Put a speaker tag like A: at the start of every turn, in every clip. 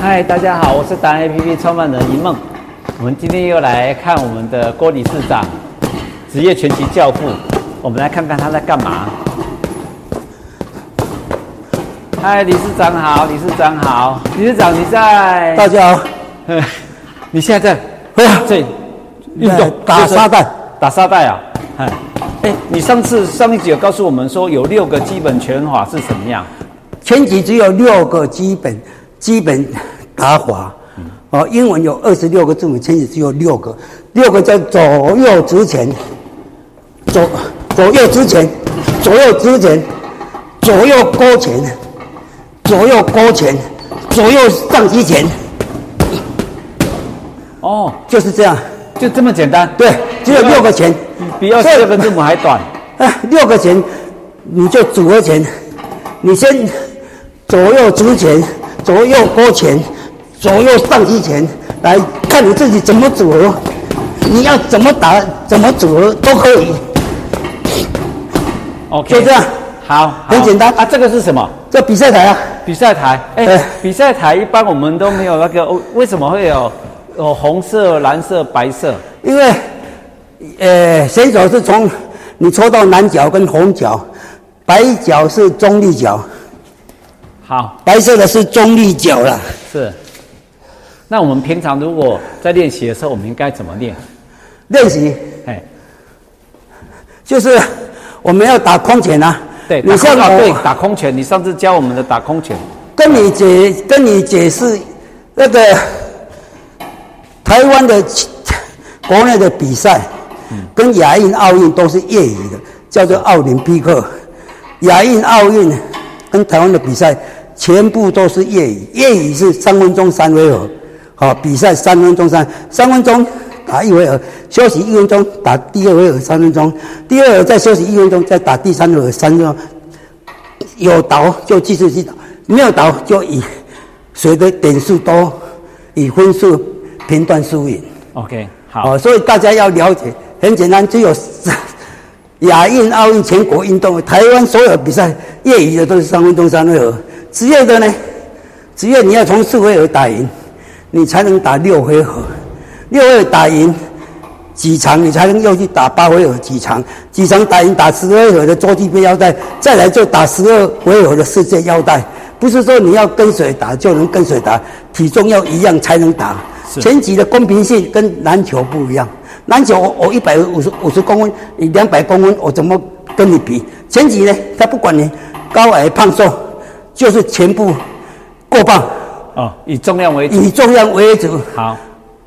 A: 嗨，大家好，我是达人 APP 创办人一梦。我们今天又来看我们的郭理事长，职业拳击教父。我们来看看他在干嘛。嗨，理事长好，理事长好，理事长你在？
B: 大家好，
A: 呃你现在在？
B: 哎呀
A: 这运
B: 在
A: 动
B: 打沙袋，
A: 打沙袋啊？哎，哎，你上次上一集有告诉我们说有六个基本拳法是什么样？
B: 拳击只有六个基本基本打法，哦，英文有二十六个字母，拳击只有六个，六个叫左右直拳，左左右直拳，左右直拳，左右勾拳，左右勾拳，左右上击拳，
A: 哦，
B: 就是这样。
A: 就这么简单？
B: 对，只有六个拳，
A: 比二十六个字母还短。
B: 哎，六个拳，你就组合拳，你先左右足拳，左右勾拳，左右上击拳，来看你自己怎么组合，你要怎么打，怎么组合都可以。
A: OK，
B: 就这样
A: 好，
B: 很
A: 好
B: 简单
A: 啊。这个是什么？
B: 这比赛台啊，
A: 比赛台。哎、
B: 哎
A: 比赛台一般我们都没有那个，哦为什么会有有红色、蓝色、白色？
B: 因为，呃，选手是从你抽到蓝角跟红角，白角是中立角，
A: 好，
B: 白色的是中立角啦。
A: 是。那我们平常如果在练习的时候，我们应该怎么练？
B: 练习
A: 哎，
B: 就是我们要打空拳啊。
A: 对，
B: 你
A: 打
B: 像
A: 空啊，
B: 我
A: 对，打空拳。你上次教我们的打空拳，
B: 跟你解跟你解释那个 台湾的国内的比赛，跟亚运、奥运都是业余的，叫做奥林匹克。亚运、奥运跟台湾的比赛全部都是业余，业余是三分钟三回合，好、比赛三分钟三三分钟打一回合，休息一分钟打第二回合三分钟，第二回合再休息一分钟再打第三回合三分钟，有倒就继续去倒，没有倒就以谁的点数多，以分数评断输赢。
A: OK，好，
B: 哦，所以大家要了解，很简单，只有亚运、奥运全国运动，台湾所有比赛业余的都是三分钟三回合，职业的呢，职业你要从四回合打赢，你才能打六回合，六回合打赢。几场你才能又去打八回合几场，几场打赢打十回合的洲际杯腰带，再来就打十二回合的世界腰带。不是说你要跟谁打就能跟谁打，体重要一样才能打。
A: 是
B: 拳击的公平性跟篮球不一样，篮球我我一百五十五十公分，你两百公分，我怎么跟你比？拳击呢，他不管你高矮胖瘦，就是全部过磅，
A: 哦，以重量为主。
B: 以重量为主，
A: 好，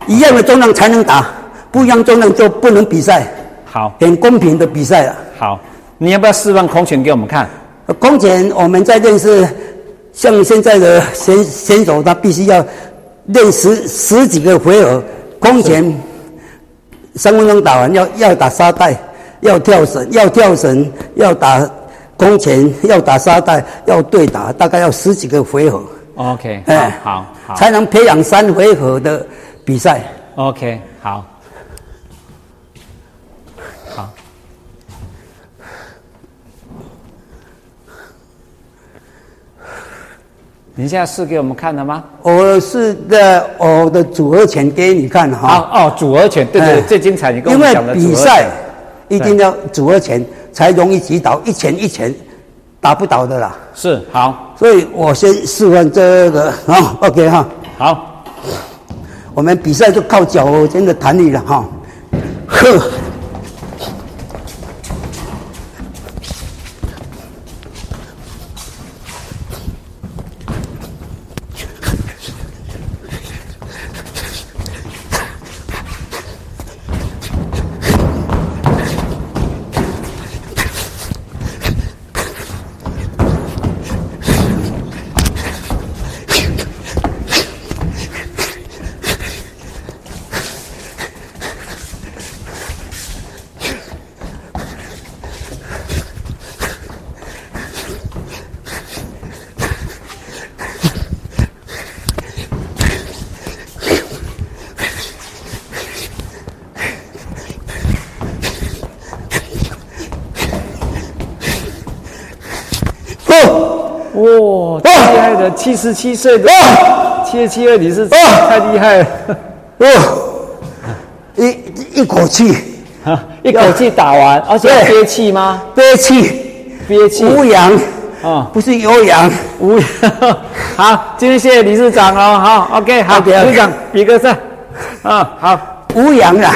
B: 一样的重量才能打，不一样重量就不能比赛。
A: 好，
B: 很公平的比赛啊了。
A: 好，你要不要示范空拳给我们看？
B: 空前我们在认识，像现在的选选手，他必须要练十十几个回合。空前三分钟打完，要要打沙袋，要跳绳，要跳绳，要打空前，要打沙袋，要对打，大概要十几个回合，
A: OK，
B: 哎
A: 好好
B: 才能培养三回合的比赛。
A: 好，OK，好，好，您现在试给我们看了吗？
B: 我是的，我的组合拳给你看哈。
A: 啊哦，组合拳，对对，对
B: 哎
A: 最精彩，你跟我
B: 因
A: 们
B: 为
A: 讲的组合
B: 比
A: 拳
B: 赛一定要组合拳才容易击倒，一拳一拳打不倒的啦。
A: 是好，
B: 所以我先示范这个啊、o k 哈，
A: 好，
B: 我们比赛就靠脚尖的弹力了哈。呵，哦
A: 哇，太厉害了！七十七岁的七十七二，你是太厉害了！
B: 哦，一一口气
A: 一口气打完，而且
B: 对
A: 憋气吗？
B: 憋气，
A: 憋气
B: 无氧
A: 啊
B: 不是有氧，
A: 无好，今天谢谢理事长哦，好，OK，好，理
B: OK，OK
A: 事长比个赞，啊，好。
B: 无氧啦，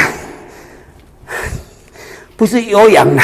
B: 不是有氧啦。